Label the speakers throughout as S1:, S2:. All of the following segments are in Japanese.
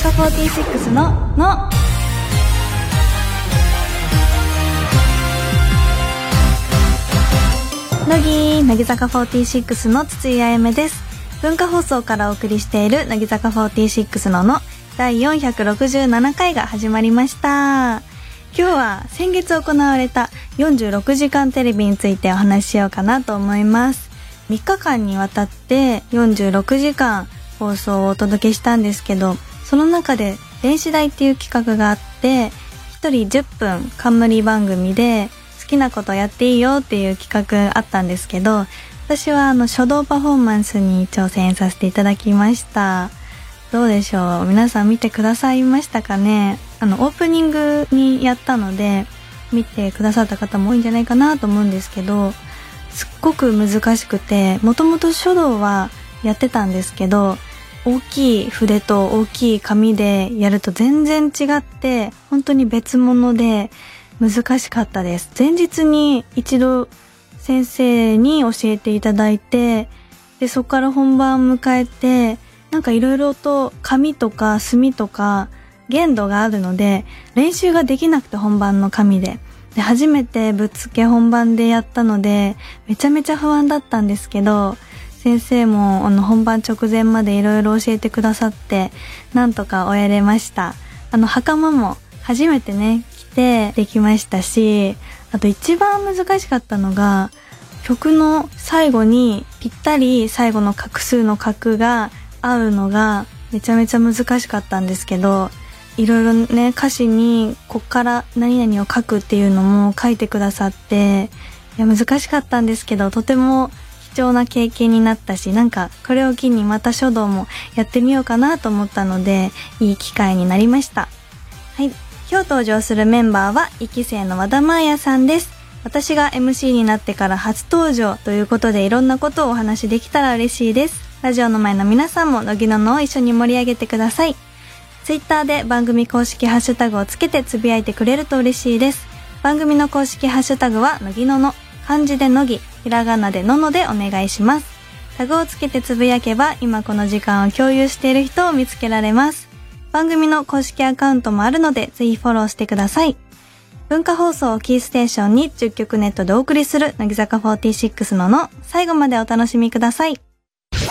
S1: カ46のの乃木乃木坂46の筒井あやめです文化放送からお送りしている乃木坂46のの第467回が始まりました今日は先月行われた46時間テレビについてお話ししようかなと思います3日間にわたって46時間放送をお届けしたんですけどその中で電子台っていう企画があって1人10分冠番組で好きなことやっていいよっていう企画あったんですけど私はあの書道パフォーマンスに挑戦させていただきましたどうでしょう皆さん見てくださいましたかねあのオープニングにやったので見てくださった方も多いんじゃないかなと思うんですけどすっごく難しくてもともと書道はやってたんですけど大きい筆と大きい紙でやると全然違って本当に別物で難しかったです前日に一度先生に教えていただいてでそこから本番を迎えてなんかいろいろと紙とか墨とか限度があるので練習ができなくて本番の紙でで初めてぶっつけ本番でやったのでめちゃめちゃ不安だったんですけど先生もあの本番直前までいろいろ教えてくださってなんとか終えれましたあの袴も初めてね着てできましたしあと一番難しかったのが曲の最後にぴったり最後の画数の角が合うのがめちゃめちゃ難しかったんですけどいろいろね歌詞にこっから何々を書くっていうのも書いてくださっていや難しかったんですけどとても貴重な経験になったしなんかこれを機にまた書道もやってみようかなと思ったのでいい機会になりましたはい。今日登場するメンバーは、1期生の和田真彩さんです。私が MC になってから初登場ということで、いろんなことをお話しできたら嬉しいです。ラジオの前の皆さんも、乃木ののを一緒に盛り上げてください。ツイッターで番組公式ハッシュタグをつけてつぶやいてくれると嬉しいです。番組の公式ハッシュタグは、乃木のの、漢字で乃木、ひらがなでののでお願いします。タグをつけてつぶやけば、今この時間を共有している人を見つけられます。番組の公式アカウントもあるので、ぜひフォローしてください。文化放送をキーステーションに10曲ネットでお送りする、乃木坂46のの、最後までお楽しみください。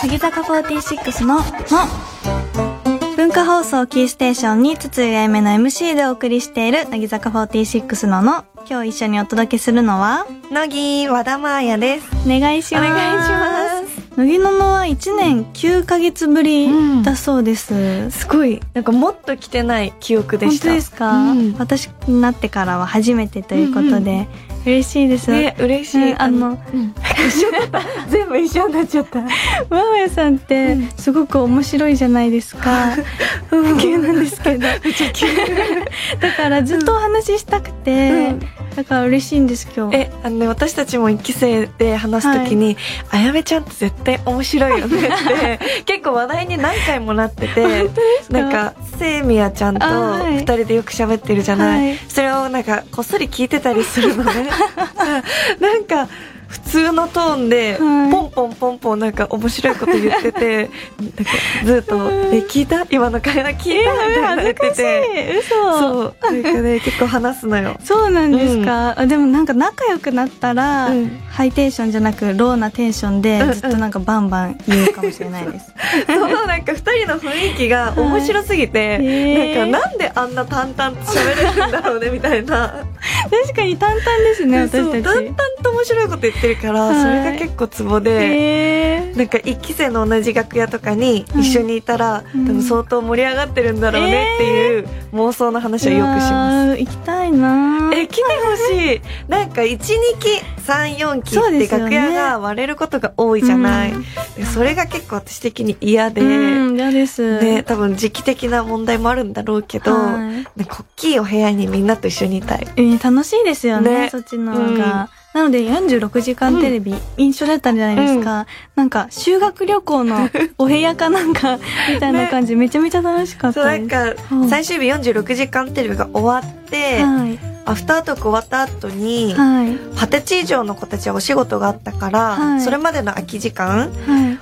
S1: 乃木坂46のの、文化放送キーステーションに筒井あやめの MC でお送りしている、乃木坂46のの、今日一緒にお届けするのは、
S2: 乃木和田真彩です。
S1: お願いします。
S2: お願いし
S1: す。乃木ののは1年9ヶ月ぶり
S2: うん
S1: だそうです。
S2: すごい、なんかもっと着てない記憶で
S1: 本
S2: した。
S1: 当ですか、
S2: うん
S1: 私になってからは初めてということで、嬉しいです、
S2: ね、嬉し
S1: う
S2: い。
S1: んあの、
S2: うん一緒だった。全部一緒になっちゃった。
S1: わわやさんって
S2: うん
S1: すごく面白いじゃないですか不急なんです けどだからずっとお話ししたくて、
S2: うん
S1: だから嬉しいんです今日
S2: え、あのね、私たちも一期生で話すときに、あやめちゃんって絶対面白いよね って、結構話題に何回もなってて、なんか、せいみやちゃんと
S1: あはい
S2: 二人でよく喋ってるじゃない。
S1: はい
S2: それをなんか、こっそり聞いてたりするの ね。なんか、普通のトーンで、
S1: はい
S2: ポンポンポンポンなんか面白いこと言ってて、なんかずっと、え、聞いた今の会話聞いたみたいな
S1: 恥
S2: 言
S1: ず
S2: って
S1: かし
S2: て。
S1: い嘘そう
S2: そう。なんかね、結構話すのよ。
S1: なんですか、あでもなんか仲良くなったら、
S2: うん
S1: ハイテンションじゃなくローなテンションで
S2: うんうん
S1: ずっとなんかバンバン言うかもしれない です、
S2: そのなんか二人の雰囲気が面白すぎて、
S1: はい へー
S2: なんかなんであんな淡々と喋れるんだろうねみたいな。
S1: 確かに淡々です ね
S2: そう
S1: 私
S2: 淡
S1: たち
S2: 々と面白いこと言ってるから、
S1: はい
S2: それが結構ツボで、
S1: え
S2: なんか一期生の同じ楽屋とかに
S1: うん
S2: 一緒にいたら、
S1: うん
S2: 多分相当盛り上がってるんだろうねっていう妄想の話はよくします。
S1: す行きたいな
S2: え来てほしいなんか12期34期
S1: そう
S2: っ
S1: で
S2: て
S1: すよ
S2: 楽
S1: ね
S2: 屋が割れることが多いじゃない、
S1: うん
S2: でそれが結構私的に嫌で、
S1: うん嫌です
S2: ね、多分時期的な問題もあるんだろうけど、
S1: はい
S2: なんか大きいお部屋にみんなと一緒にいたい。
S1: えー楽しいですよね
S2: ね
S1: そっちの方が、なので46時間テレビ、印象だったんじゃないですか、なんか修学旅行 のお部屋かなんかみたいな感じ、めちゃめちゃ楽しかっ
S2: そう
S1: た
S2: な
S1: で
S2: ん
S1: す
S2: か
S1: うん
S2: 最終日46時間テレビが終わって、
S1: はい、
S2: アフタートーク終わった後に、
S1: はい
S2: 二十歳以上の子たちはお仕事があったから、
S1: はい
S2: それまでの空き時間
S1: はい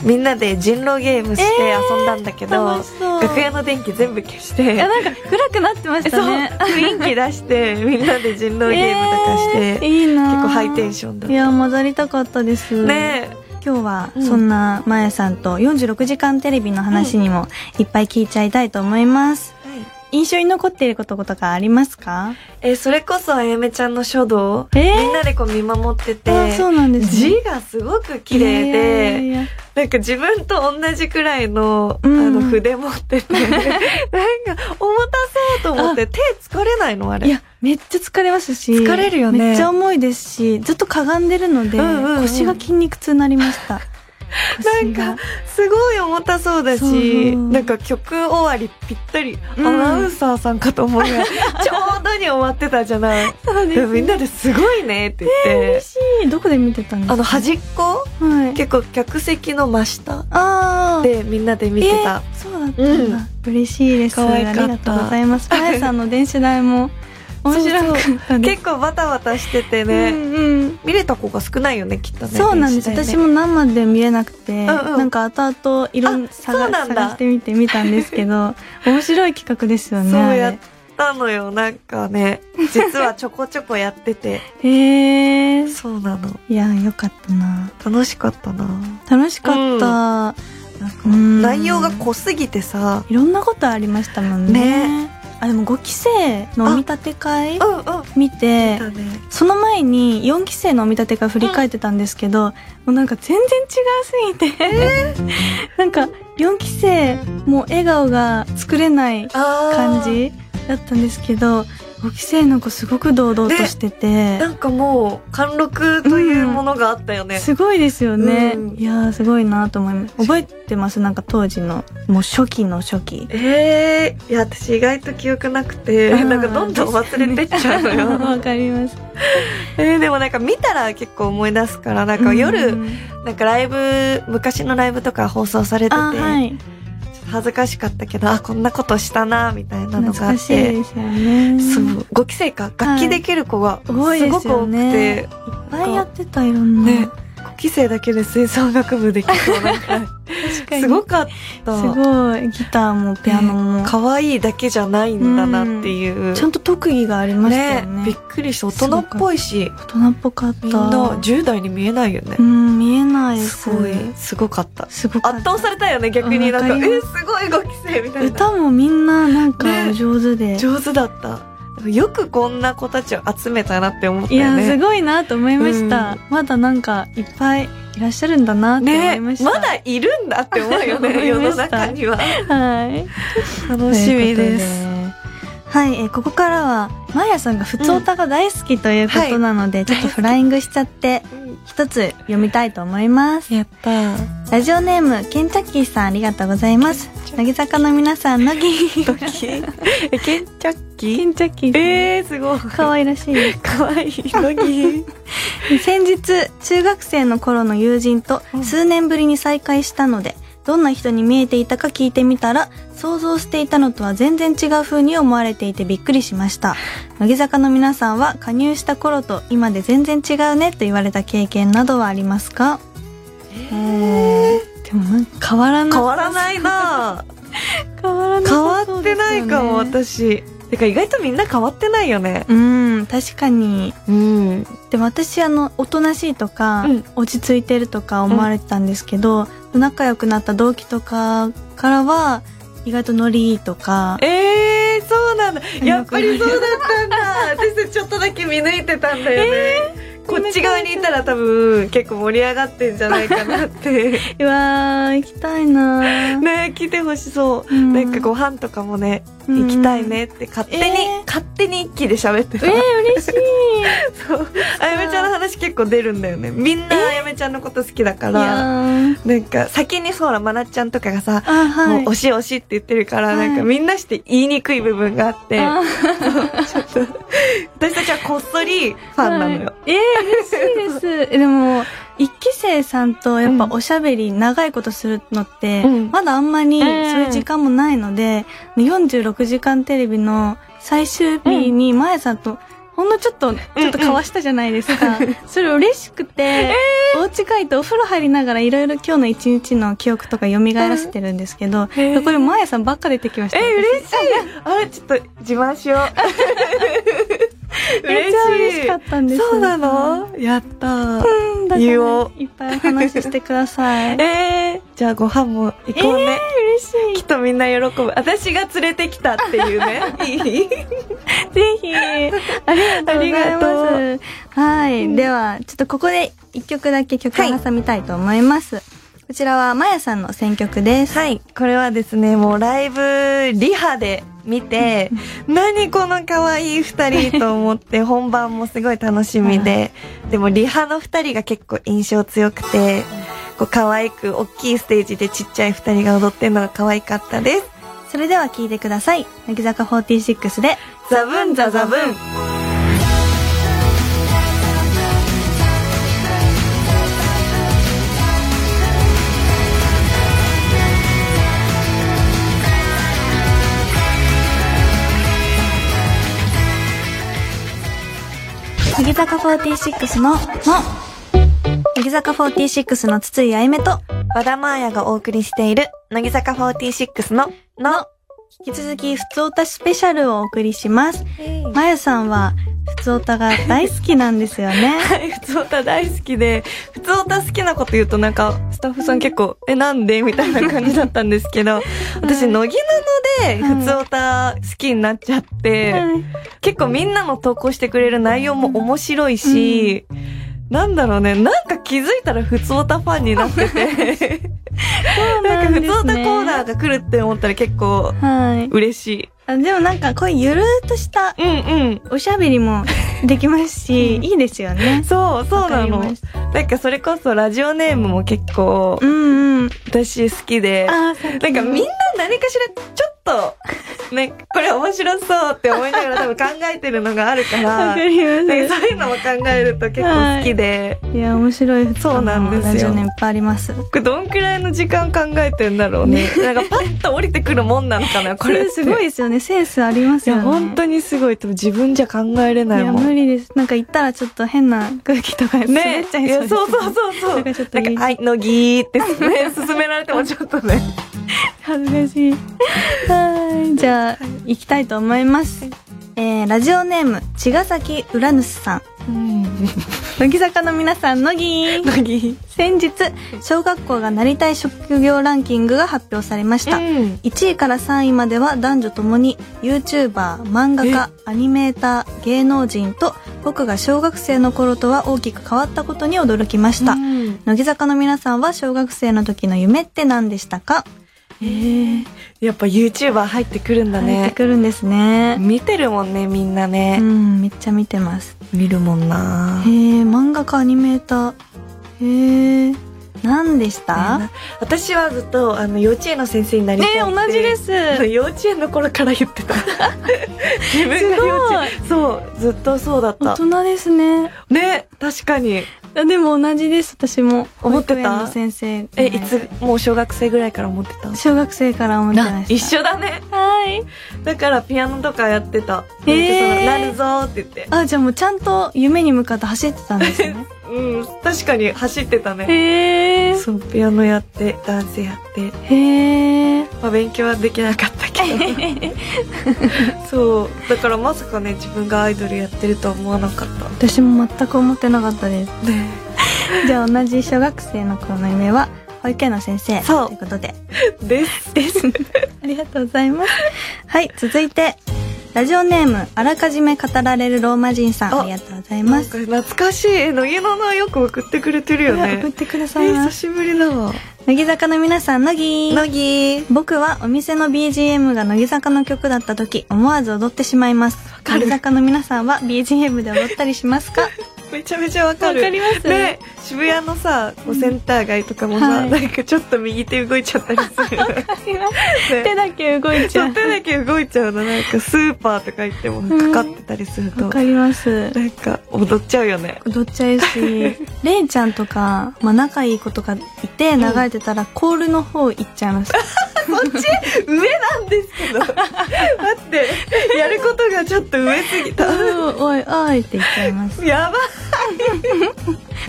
S2: みんなで人狼ゲームして
S1: えー
S2: 遊んだんだけど、
S1: 楽しそう
S2: 楽屋の電気全部消し
S1: いや
S2: て
S1: なんか暗くなってまし
S2: そう
S1: たね
S2: 雰囲気出 してみんなで人狼ゲームとかして、
S1: えーいいな
S2: 結構ハイテンションだっ
S1: いや戻りたかったです
S2: たね
S1: 今日は
S2: うん
S1: そんなまやさんと46時間テレビの話にもいっぱい聞いちゃいたいと思います、
S2: え、はい
S1: 印象に残っていることとかありますか
S2: えーそれこそあやめちゃんの書道、
S1: え
S2: みんなでこう見守ってて
S1: あそうなんですね
S2: 字がすごく綺
S1: い
S2: 麗
S1: やいや
S2: で
S1: いや
S2: なんか自分と同じくらいの,、
S1: うん
S2: あの筆持っ ててなんか重たそうと思って手疲れないのあれ
S1: いやめっちゃ疲れますし
S2: 疲れるよね
S1: めっちゃ重いですしずっとかがんでるので、
S2: うんうんうん
S1: 腰が筋肉痛になりました
S2: なんかすごい重たそうだし
S1: そう
S2: なんか曲終わりぴったり、
S1: うん
S2: アナウンサーさんかと思う ぐらいちょうどに終わってたじゃない
S1: そう
S2: でもみんなですごいねって言って、
S1: 嬉しいどこで見てたんですか
S2: あの端っこ
S1: はい
S2: 結構客席の真下
S1: ああ
S2: でみんなで見てた、
S1: えーそうだったんだ、嬉しいです
S2: 可愛かった
S1: ありがとうござい ますまやさんの電子代も
S2: そう
S1: 面
S2: そう
S1: 白かったです
S2: 結構バタバタしててね、
S1: うんうん
S2: 見れた子が少ないよねきっとね
S1: そうなんです、
S2: 電子
S1: 私
S2: 代ね
S1: も生で見れなくて、
S2: うんうん
S1: なんか後々いろん
S2: あそう
S1: 探
S2: なんだ
S1: 探してみて見たんですけ ど面白い企画ですよね
S2: そう
S1: あれ
S2: やったのよなん かね実はちょこちょこやってて
S1: へえ
S2: そうなの
S1: いやよかったな
S2: 楽しかったな
S1: 楽しかった、うん
S2: 内容が濃すぎてさ
S1: いろんなことありましたもんね
S2: ね
S1: あでも5期生のお見立て会
S2: うんうん
S1: 見て
S2: だね
S1: その前に4期生のお見立て会振り返ってたんですけど、もうなんか全然違うすぎて、 なんか4期生もう笑顔が作れない
S2: あー
S1: 感じだったんですけど5期生の子すごく堂々としてて、
S2: なんかもう貫禄というものがあったよね、
S1: すごいですよね、
S2: うん
S1: いやーすごいなと思います覚えてますなんか当時のもう初期の初期
S2: えー、いや私意外と記憶なくて
S1: あー
S2: なんかどんどん忘れてっちゃうの
S1: わ
S2: よ、
S1: かります
S2: えー、でもなんか見たら結構思い出すからなんか夜、
S1: うん
S2: なんかライブ昔のライブとか放送されてて、
S1: あはい
S2: 恥ずかしかったけどあこんなことしたなみたいなの
S1: 懐
S2: があ
S1: か
S2: っ
S1: しいで
S2: て
S1: すよね
S2: そう
S1: いっ
S2: 5期生か楽器できる子がす
S1: 多いで
S2: ご
S1: す
S2: く多
S1: よ
S2: くて、
S1: ねぱいやってたいろんな、
S2: ね5期生だけで吹奏楽部できそうなくらい
S1: 確かに
S2: すごかった
S1: すごいギターもピアノも、
S2: 可愛いだけじゃないんだなっていう、
S1: ちゃんと特技がありましたよね
S2: びっくりした大人っぽいし
S1: 大人っぽかった
S2: みんな10代に見えないよね
S1: う、ん見えないです
S2: すごいすごかった
S1: すごか
S2: 圧
S1: った
S2: 倒されたよね逆になんか
S1: うんわかり
S2: え
S1: ます
S2: ごい5期生みたいな
S1: 歌もみんななんか
S2: ね
S1: 上手で、
S2: 上手だったよくこんな子たちを集めたなって思った
S1: い
S2: よ
S1: や
S2: ね
S1: すごいなと思いました、
S2: うん
S1: まだなんかいっぱいいらっしゃるんだなって思
S2: ね
S1: いま
S2: ま
S1: した、
S2: だいるんだって 思うよ
S1: 思
S2: ね
S1: い
S2: 世
S1: ま
S2: の
S1: した
S2: 中には
S1: はい
S2: 楽しみで
S1: とい
S2: す
S1: うことではい、えーここからはマーヤさんが普通歌が大好きということなので、ちょっとフライングしちゃって一つ読みたいと思います
S2: やった
S1: ラジオネームケンチャッキーさんありがとうございます乃木坂の皆さん乃木
S2: ドキえケンチャッキ
S1: ケンチャッキーさん
S2: えー、すごい
S1: 可愛らしいです
S2: かわいいドキ
S1: 先日中学生の頃の友人と
S2: うん
S1: 数年ぶりに再会したのでどんな人に見えていたか聞いてみたら想像していたのとは全然違う風に思われていてびっくりしました乃木坂の皆さんは加入した頃と今で全然違うねと言われた経験などはありますかえーでもなんか変わらない
S2: 変わらないな
S1: 変わらな
S2: 変わ
S1: さそ
S2: っ
S1: うで
S2: て
S1: すよね
S2: ないかも私てか意外とみんな変わってないよね
S1: うん確かに
S2: うん
S1: でも私あのおとなしいとか、
S2: うん
S1: 落ち着いてるとか思われてたんですけど、仲良くなった同期とかからは意外とノリいいとか
S2: ええー、そうなんだやっぱりそうだったんだ私たちちょっとだけ見抜いてたんだよね、こっち側にいたら多分結構盛り上がってんじゃないかなって
S1: うわー行きたいなー、
S2: ね来てほしそう、
S1: うん
S2: なんかご飯とかもね、
S1: うん
S2: 行きたいねって勝手に、
S1: えー
S2: 勝手に一気で喋って
S1: え
S2: た、
S1: ー、嬉 しい
S2: そうあやめちゃんの話結構出るんだよねみんなあやめちゃんのこと好きだか
S1: い
S2: ら、
S1: やー
S2: なんか先にそうらまなっちゃんとかがさ、
S1: あはい
S2: もう推し推しって言ってるから、
S1: はい
S2: なんかみんなして言いにくい部分があって
S1: あ
S2: 私たちはこっそりファンなのよ、
S1: はいえー、嬉しい ですえでも一期生さんとやっぱおしゃべり長いことするのって、
S2: うん
S1: まだあんまり
S2: う
S1: そうんいう時間もないので、46時間テレビの最終日にまやさんとほんのちょっと、ちょっとかわしたじゃないですか。それ嬉しくて、お家帰ってお風呂入りながらいろいろ今日の一日の記憶とか蘇らせてるんですけど、
S2: えー
S1: これ、まやさんばっか出てきまし
S2: え
S1: た。
S2: 嬉しいあちょっと自慢しよう
S1: めっちゃ嬉しかったんですよ
S2: そうなのやったー
S1: うんだから
S2: 言おう
S1: いっぱいお話ししてください。
S2: えー、じゃあご飯も行こうね、
S1: 嬉
S2: きっとみんな喜ぶ私が連れてきたっていうね いい
S1: しい。ぜひ。 ありがとうございます。はい。では、ちょっとここで一曲だけ曲を挟みたいと思います。こちらは、まやさんの選曲です。
S2: はい、これはですね、もうライブリハで見 て、何この可愛い二人と思 って、本番もすごい楽しみで、でもリハの二人が結構印象強くて、こう可愛く大きいステージでちっちゃい二人が踊ってるのが可愛かったです。
S1: それでは聴いてください。乃木坂46で、
S2: ザブンザザブン。
S1: 乃木坂46の、の、乃木坂46の筒井あゆめと、
S2: 和田真彩がお送りしている、乃木坂46の、の、
S1: 引き続き、ふつおたスペシャルをお送りします。まやさんは、ふつおたが大好きなんですよね。
S2: はい、普通歌大好きで、普通歌好きなこと言うとなんか、スタッフさん結構、え、なんでみたいな感じだったんです けど、私、乃木なので、普通歌好きになっちゃって、結構みんなの投稿してくれる内容も面白いし、なんだろうね、なんか気づいたら普通歌ファンになってて、
S1: そう
S2: なん
S1: な
S2: か
S1: ん
S2: 普
S1: です
S2: 通
S1: ね
S2: 歌コーナーが来るって思ったら結構
S1: はい。
S2: 嬉しい。
S1: あでもなんか、こういうゆるーっとした
S2: うんうん。
S1: おしゃべりもできますし、
S2: うん
S1: いいですよね。
S2: そう、そうな
S1: わか
S2: の
S1: りまし。た
S2: なんかそれこそラジオネームも結構
S1: う、んうん。
S2: 私好きで、
S1: あー
S2: なんかみんな何かしらちょっと、ね、これ面白そうって思いながら多分考えてるのがあるか
S1: わ
S2: ら、な
S1: か
S2: んか
S1: ります。
S2: そういうのも考えると結構好きで、
S1: いや、面白い。
S2: そうなんですよ
S1: あのラジオネームいっぱいあります。
S2: これどんくらいの時間考えてんだろうね。なんかパッと降りてくるもんなの かな、こ
S1: こ
S2: れっ
S1: れ
S2: て。
S1: すごい
S2: い
S1: ですよね。センスありますよ
S2: や、
S1: ね。
S2: 本当にすごい。多分自分じゃ考えれない
S1: いや、
S2: もん。
S1: 無
S2: ね
S1: 理です。なんか行ったらちょっと変な空気とか滑っちゃい
S2: い
S1: そう
S2: や
S1: です。
S2: そうそうそうそう。
S1: な
S2: なんん
S1: か
S2: か
S1: ちょっといい
S2: はい、のぎーってね、勧められてもちょっとね。
S1: 恥ずかしい。はい。じゃあ、行きたいと思います。えー、ラジオネーム、茅ヶ崎浦主さん。乃木坂の皆さん、乃木
S2: のぎ
S1: 先日、小学校がなりたい職業ランキングが発表されまし
S2: ー。
S1: た。
S2: ん。
S1: 1位から3位までは男女ともに YouTuber、漫画家、アニメーター、芸能人と僕が小学生の頃とは大きく変わったことに驚きました。乃木坂の皆さんは小学生の時の夢って何でしたかえー、
S2: やっぱ YouTuber 入ってくるんだ
S1: 入って
S2: ね。
S1: くるんですね。
S2: 見てるもんね、みんな
S1: う
S2: ね。
S1: ん、めっちゃ見てます。
S2: 見るもん
S1: へ
S2: な
S1: え、漫画家アニメーター。へえ、何でした
S2: 私はずっとあの幼稚園の先生になりたいって
S1: す。
S2: 幼稚園の頃から言 ってた自分が幼稚園そうずっとそうだっ
S1: 大
S2: た
S1: 人ですね。
S2: ね確かに
S1: あでも同じです、私も。
S2: 思ってた
S1: 保育園の先生、
S2: えいつもう小学生ぐらいから思ってた
S1: 小学生から思ってました。
S2: 一緒だね
S1: はい。
S2: だからピアノとかやってた
S1: へー
S2: えなるぞーって言って
S1: あ、じゃあもうちゃんと夢に向かって走ってたんですね。
S2: うん確かに走ってたね
S1: へー。
S2: そうピアノやってダンスやって
S1: へー。
S2: まあ、勉強はできなかったけ どそうだからまさかね自分がアイドルやってるとは思わなかった
S1: 私も全く思ってなかったです。
S2: ね
S1: じゃあ同じ小学生の頃の夢は、保育園の先生。
S2: そう
S1: ということで。
S2: ですです
S1: ありがとうございます。はい、続いて、ラジオネーム、あらかじめ語られるローマ人さん。
S2: あ
S1: ありがとうござい
S2: な
S1: ま
S2: ん
S1: す。
S2: か懐かしいえ乃木の名よく送ってくれてるよ
S1: いや送っ
S2: ね
S1: てください
S2: え
S1: ま
S2: 久
S1: す。
S2: しぶりだわ
S1: 乃木坂の皆さん、乃木
S2: 乃木
S1: 僕はお店の BGM が乃木坂の曲だった時思わず踊ってしまいます
S2: か
S1: 乃
S2: る
S1: 木坂の皆さんは BGM で踊ったりしますか
S2: めちゃめちゃわかる
S1: わかります
S2: ね渋谷のさこうセンター街とかもさ、
S1: はい
S2: なんかちょっと右手動いちゃったりする よね
S1: 手だけ動いち
S2: ち
S1: ゃ
S2: ょ
S1: う
S2: っとだけ動いちゃうのなんかスーパーとか行ってもかかってたりする
S1: わ
S2: と、
S1: かります
S2: なんか踊っちゃうよね
S1: 踊っちゃう しレイちゃんとか、まあ、仲いい子とかいて流れてたらコールの方行っちゃいます
S2: そっち上なんですけど 待ってやることがちょっと上すぎた
S1: うんおいおいって言っちゃいます。
S2: やば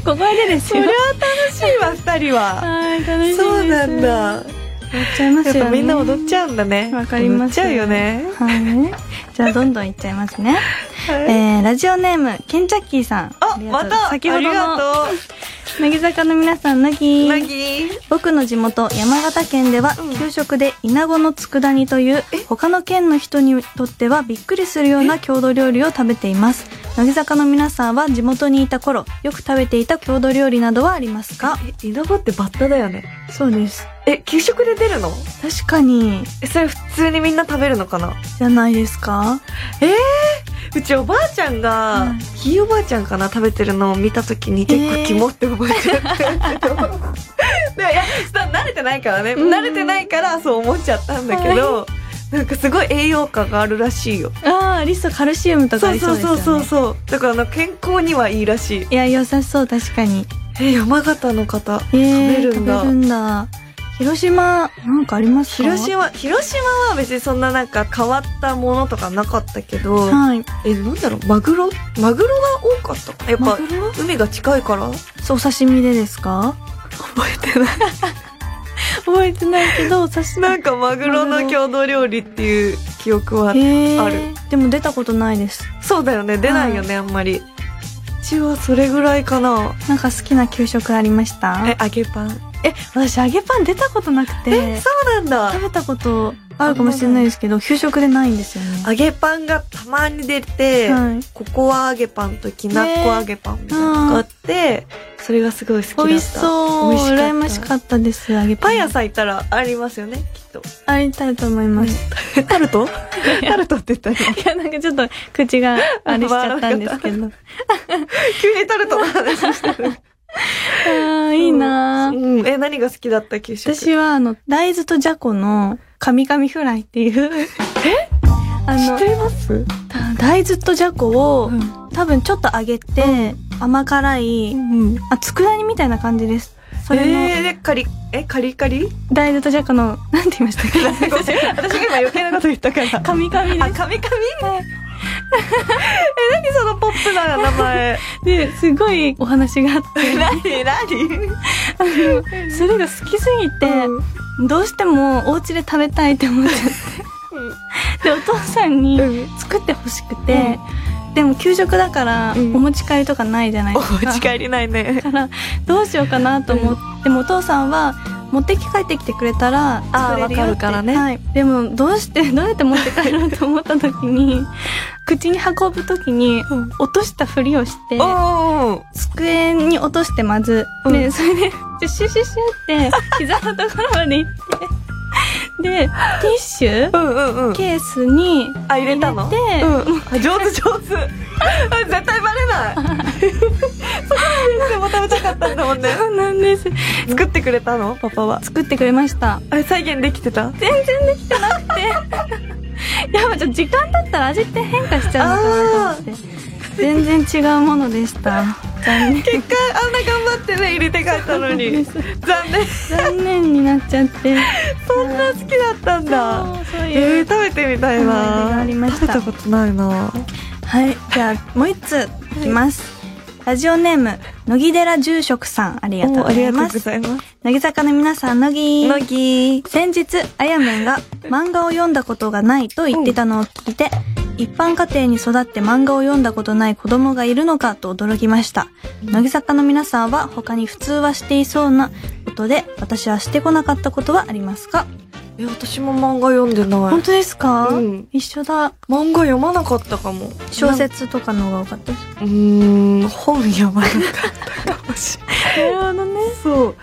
S1: ここまでです
S2: そ
S1: よ
S2: りゃ。楽しいわ2人は
S1: はい、楽しいです。
S2: そうなんだ
S1: 踊っちゃいます
S2: やっ
S1: よ
S2: ぱ
S1: ね。
S2: みんな踊っちゃうんだね
S1: わかります
S2: 踊っちゃうよね
S1: はい。じゃあ、どんどんいっちゃいますね。
S2: はい
S1: えー、ラジオネーム、ケンジャッキーさん。
S2: あ
S1: りがと
S2: ま
S1: う
S2: た
S1: 先ほ
S2: あり
S1: ど
S2: が
S1: の、
S2: と
S1: 乃木坂の皆さん、乃
S2: う
S1: 木。
S2: なぎ
S1: 僕の地元、山形県では
S2: うん、
S1: 給食で稲子の佃煮という、他の県の人にとってはびっくりするような郷土料理を食べています。乃木坂の皆さんは地元にいた頃、よく食べていた郷土料理などはありますか
S2: え稲穂ってバッタだよね
S1: そうです。
S2: え給食で出るの
S1: 確かに、
S2: えそれ普通にみんな食べるのかな
S1: じゃないですか
S2: うちおばあちゃんが、
S1: うん
S2: ひいおばあちゃんかな食べてるのを見た時に結構キモって覚えちゃったけど、で もいやそう慣れてないからね、
S1: うん
S2: 慣れてないからそう思っちゃったんだけど、なんかすごい栄養価があるらしいよ
S1: ああ、リストカルシウムとかあ
S2: そ
S1: りそう
S2: うそう
S1: です
S2: そ
S1: よ
S2: う
S1: ね。
S2: そうそうだからあの健康にはいいらし
S1: い
S2: い
S1: や、良さそう、確かに。
S2: え山形の方食
S1: えー
S2: べるんだ、
S1: 食べるんだ。広島、なんかありますか
S2: 広島広島は別にそんななんか変わったものとかなかったけど、
S1: はい。
S2: えなんだろうマグロマグロが多かったかなやっ
S1: マ
S2: ぱ
S1: グロ
S2: 海が近いから
S1: そうお刺身でですか
S2: 覚えてない
S1: 覚えてないけど、お刺身。
S2: なんかマグロの郷土料理っていう記憶は
S1: へー
S2: ある
S1: でも出たことないです。
S2: そうだよね出ないよねあんまりうちはそれぐらいかな
S1: なんか好きな給食ありました
S2: え揚げパン
S1: え私揚げパン出たことなく
S2: え
S1: て、
S2: そうな
S1: 食
S2: ん
S1: べたことあるかもしれないですけど、給食でないんですよね。
S2: だ揚げパンがたまに出て
S1: はい
S2: ここは揚げパンときなこ揚げパンみたいなのがあってそれがすごい好きだった
S1: 美味しそう。
S2: 美味しかった
S1: 羨ましかったです、揚げパン。
S2: パン屋さん行ったらありますよねきっと
S1: 会いたいと思います。
S2: タルトタルトって言ったら
S1: いや、なんかちょっと口があれしちゃったんですけど。
S2: 急にタルトの話して る
S1: ああ、いいなー
S2: うんえ何が好きだった給食
S1: 私は、あの、大豆とじゃこの、カミカミフライっていう。えあ
S2: 知
S1: の
S2: っ、てます
S1: た大豆とじゃこを、多分ちょっと揚げて、甘辛い、
S2: ん
S1: あ、佃煮みたいな感じです。それの、
S2: えー、でカリえカリカリ
S1: 大豆とじゃこの、なんて言いましたっけ
S2: ご めん私が今余計なこと言った からあ
S1: カミカミ
S2: カミ
S1: で
S2: カミ え何そのポップな名前
S1: す。で、すごいお話があって、
S2: 何 何
S1: それが好きすぎて、
S2: うん
S1: どうしてもお家で食べたいって思っちゃって。で、お父さんに、作ってほしくて、でも給食だからお
S2: うん
S1: 持ち帰りとかないじゃない
S2: お
S1: ですか、
S2: 家帰りないね
S1: だからどうしようかなと思って、でもお父さんは持って帰ってきてくれたら
S2: あ
S1: 作
S2: ー
S1: れよって
S2: わかるからね
S1: はい、でもどうして どうやって持って帰ろうと思った時に口に運ぶ時に
S2: うん
S1: 落としたふりをして
S2: おお
S1: 机に落としてまず、
S2: うん
S1: でそれでシュシュシュシュ って膝のところまで行ってでティッシュ
S2: うんうんうん
S1: ケースに
S2: あ入れたの
S1: 入れて
S2: うんあ上手上手あ絶対バレないそこまででも食べたかったんだもんね
S1: そうなんです
S2: 作ってくれたのパパは
S1: 作ってくれました
S2: あれ再現できてた
S1: 全然できてなくて やっぱちょっと時間経ったら味って変化しちゃうのかなと思って全然違うものでした残 念
S2: 結果あんな頑張ってね入れて帰ったの に
S1: そう
S2: 残念
S1: 残念になっちゃって
S2: そんな好きだったんだ
S1: そうそう
S2: え
S1: い
S2: ー、
S1: う
S2: 食べてみたい
S1: 思い出が
S2: な
S1: ありました
S2: 食べたことないな
S1: はいじゃあもう一ついきます、ラジオネーム乃木寺住職さんありがとう
S2: お
S1: ござ
S2: あり
S1: い
S2: がと
S1: ま
S2: うご
S1: す
S2: ざいます
S1: 乃木坂の皆さん乃木
S2: 乃木
S1: 先日、あやめんが漫画を読んだことがないと言ってたのを聞いて、一般家庭に育って漫画を読んだことない子供がいるのかと驚きました。乃木坂の皆さんは他に普通はしていそうなことで、私はしてこなかったことはありますか
S2: え私も漫画読んでな
S1: 本
S2: い
S1: 当ですか、
S2: うん
S1: 一緒だ。
S2: 漫画読まなかったかも
S1: 小説とかの方が多かったです。
S2: うーん本読まなかったかもしれな
S1: なるほ
S2: い
S1: どね。
S2: そう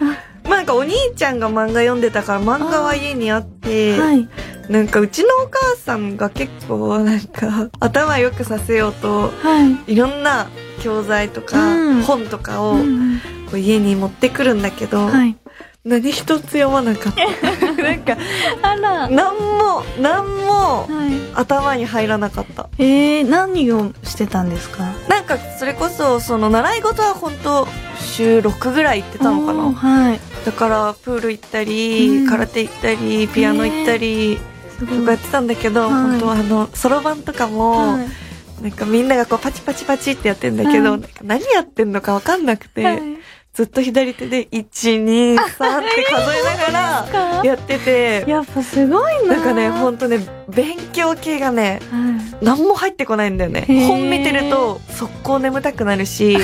S2: まあなんかお兄ちゃんが漫画読んでたから漫画は家にあって
S1: はい。
S2: なんかうちのお母さんが結構なんか頭良くさせようと
S1: はい。
S2: いろんな教材とか
S1: うん
S2: 本とかを
S1: う
S2: こ
S1: ん
S2: う家に持ってくるんだけど、
S1: はい。
S2: 何一つ読まなかったなんか
S1: あら。はい。
S2: 何も何も頭に入らなかった
S1: えー、何をしてたんですか
S2: なんかそれこそその習い事は本当週6ぐらい行ってたのか
S1: おー
S2: な
S1: はい。
S2: だからプール行ったり、
S1: うん
S2: 空手行ったりピアノ行ったり
S1: す
S2: とかやってたんだけど、
S1: はい
S2: 本当はあのそろばんとかも、
S1: はい
S2: なんかみんながこうパチパチパチってやってんだけど、
S1: うん
S2: なんか何やってんのかわかんなくて、
S1: はい
S2: ずっと左手で123って数えながらやってて、
S1: やっぱすごいな
S2: なんかねほんとね勉強系がね
S1: はい
S2: 何も入ってこないんだよね
S1: へー
S2: 本見てると速攻眠たくな るし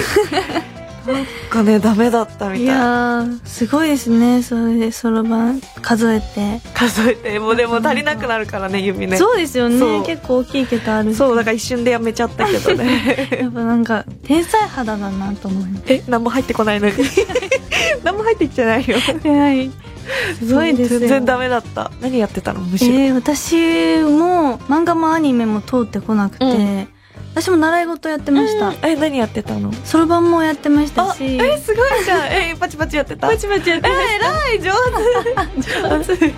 S2: なんかねダメだったみたい
S1: いやーすごいですねそれでそろばん数えて、
S2: 数えてもうでも足りなくなるからね指ね
S1: そうですよ
S2: そう
S1: ね結構大きい桁あるし
S2: そうだから一瞬でやめちゃったけど ね
S1: やっぱなんか天才肌だなと思います
S2: え何も入ってこな いのに何も入ってきてないよ
S1: はいすごいですよ
S2: 全然ダメだった何やってたのむしろ、
S1: えー私も漫画もアニメも通ってこなくて、
S2: うん
S1: 私も習い事やってました
S2: え何やってたの
S1: そろばんもやってました
S2: あ
S1: し
S2: えすごいじゃんえパチパチやってた
S1: チパチやってまし
S2: 偉い上 手私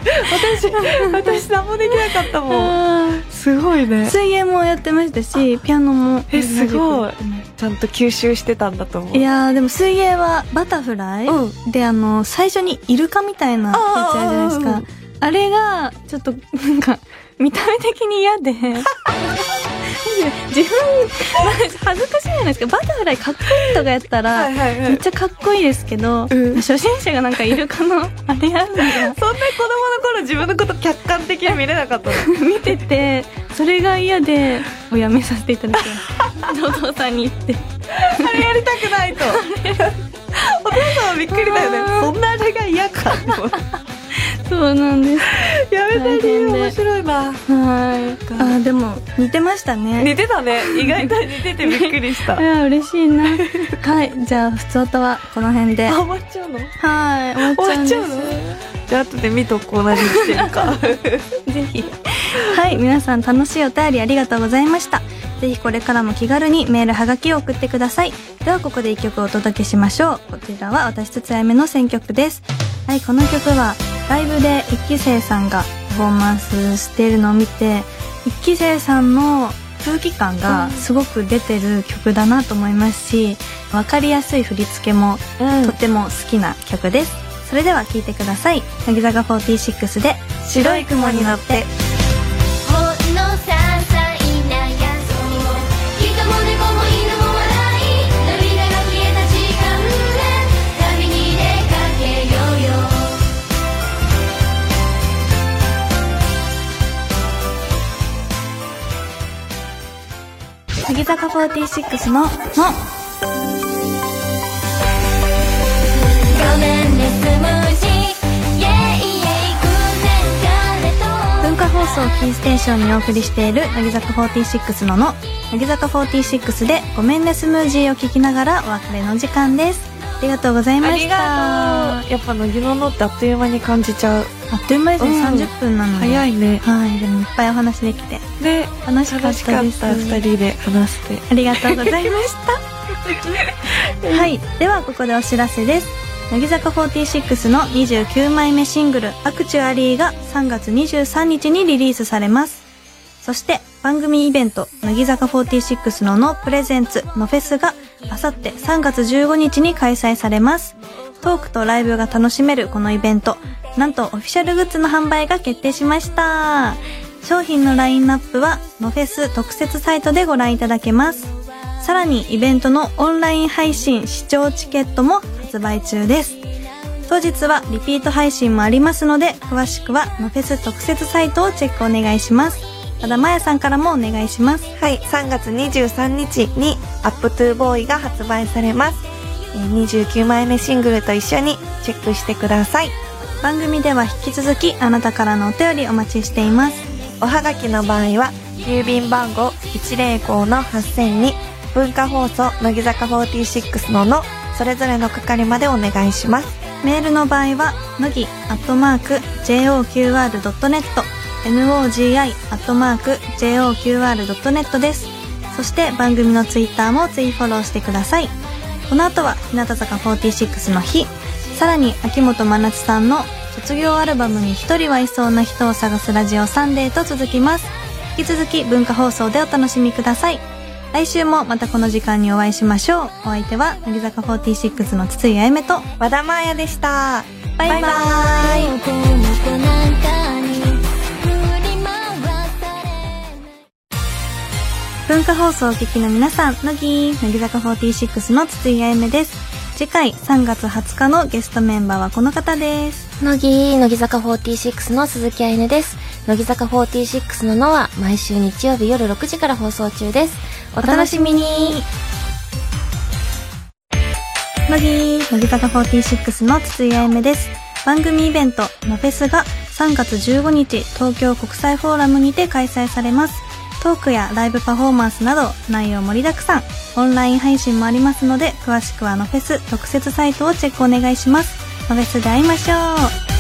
S2: 私何もできなかったもん
S1: た
S2: すごいね
S1: 水泳もやってましたしピアノも
S2: えす
S1: 同
S2: ごい
S1: じくやってまし
S2: ちゃんと吸収してたんだと思
S1: た
S2: う
S1: い
S2: や
S1: やーでも水泳はバタフライ、
S2: うん
S1: であの最初にイルカみたいなやつあるじゃないです
S2: あーあーあ
S1: かあれがちょっとなんか見た目的に嫌で自分恥ずかしいじゃないですかバタフライかっこいいとかやったら
S2: はいはいは
S1: めっ
S2: い
S1: ちゃかっこいいですけど、
S2: うん
S1: 初心者がなんかイルカのあれやるのが
S2: そんな子供の頃自分のこと客観的に見れなかったの
S1: 見ててそれが嫌でおやめさせていただきま した堂々さんに言って
S2: あれやりたくないとお父さんはびっくりだよね
S1: う
S2: そんなあれが嫌かと思って
S1: そうなんです
S2: やめた理由面白いな
S1: はいあーでも似てましたね
S2: 似てたね意外と似ててびっくり した
S1: あー嬉しいなはいじゃあ普通音はこの辺で
S2: あ
S1: は
S2: 終わっちゃうの
S1: い終わっちゃうん
S2: 終わっちゃ
S1: で
S2: じゃあ後で見とこう何してる か
S1: すぜひはい皆さん楽しいお便りありがとうございましたぜひこれからも気軽にメールはがきを送ってくださいではここで一曲お届けしましょうこちらは私とつあやめの選曲ですはいこの曲はライブで一期生さんがパフォーマンスしているのを見て一期生さんの空気感がすごく出てる曲だなと思いますしわかりやすい振り付けも
S2: うん
S1: とても好きな曲ですそれでは聴いてください乃木坂46で「白い雲に乗って
S3: ほんの些細なやつにも人も猫も犬も笑い涙が消えた時間で旅に出かけようよ
S1: 乃木坂46の」の
S3: ごめんねスムージーイエイイエイ偶然彼と
S1: 文化放送キーステーションにお送りしている乃木坂46のの乃木坂46で「ごめんねスムージー」を聞きながらお別れの時間ですありがとうございま
S2: あ
S1: し
S2: り
S1: た
S2: がとうやっぱ乃木ののってあっという間に感じちゃう
S1: あっという間ですね、
S2: うん
S1: 30分なので
S2: 早いね
S1: はいでもいっぱいお話できて
S2: で
S1: 楽しかった
S2: 楽
S1: で
S2: し
S1: す
S2: かった2人で話して
S1: ありがとうございました。 はい、ではここでお知らせです。乃木坂46の29枚目シングル「アクチュアリー」が3月23日にリリースされます。そして番組イベント「乃木坂46ののプレゼンツのフェス」があさって3月15日に開催されます。トークとライブが楽しめるこのイベント、なんとオフィシャルグッズの販売が決定しました。商品のラインナップは、ノフェス特設サイトでご覧いただけます。さらにイベントのオンライン配信視聴チケットも発売中です。当日はリピート配信もありますので、詳しくはノフェス特設サイトをチェックお願いします。ただまやさんからもお願いします。
S2: はい、3月23日に「アップトゥーボーイが発売されますえー29枚目シングルと一緒にチェックしてください
S1: 番組では引き続きあなたからのお便りお待ちしています。
S2: おはがきの場合は郵便番号105-8000に文化放送乃木坂46ののそれぞれの係までお願いします
S1: メールの場合は、のぎ、アットマーク、joqr.net、nogi、アットマーク、joqr.net です。そして番組のツイッターもツイフォローしてください。この後は、日向坂46の日、さらに秋元真夏さんの卒業アルバムに一人はいそうな人を探すラジオサンデーと続きます。引き続き文化放送でお楽しみください。来週もまたこの時間にお会いしましょう。お相手は、乃木坂46の筒井あやめと、
S2: 和田真彩でした
S1: バイバ
S3: 「
S1: イ
S3: この子なんかに振り回されない」
S1: 文化放送をお聞きの皆さん、乃木乃木坂46の筒井あゆめです。次回3月20日のゲストメンバーはこの方です。
S4: 乃木乃木坂46の鈴木愛音です乃木坂46ののは毎週日曜日夜6時から放送中ですお楽しみに
S1: 乃木乃木坂46の筒井あゆめです。番組イベント、マフェスが3月15日、東京国際フォーラムにて開催されます。トークやライブパフォーマンスなど内容盛りだくさん。オンライン配信もありますので、詳しくはのフェス特設サイトをチェックお願いします。のフェスで会いましょう。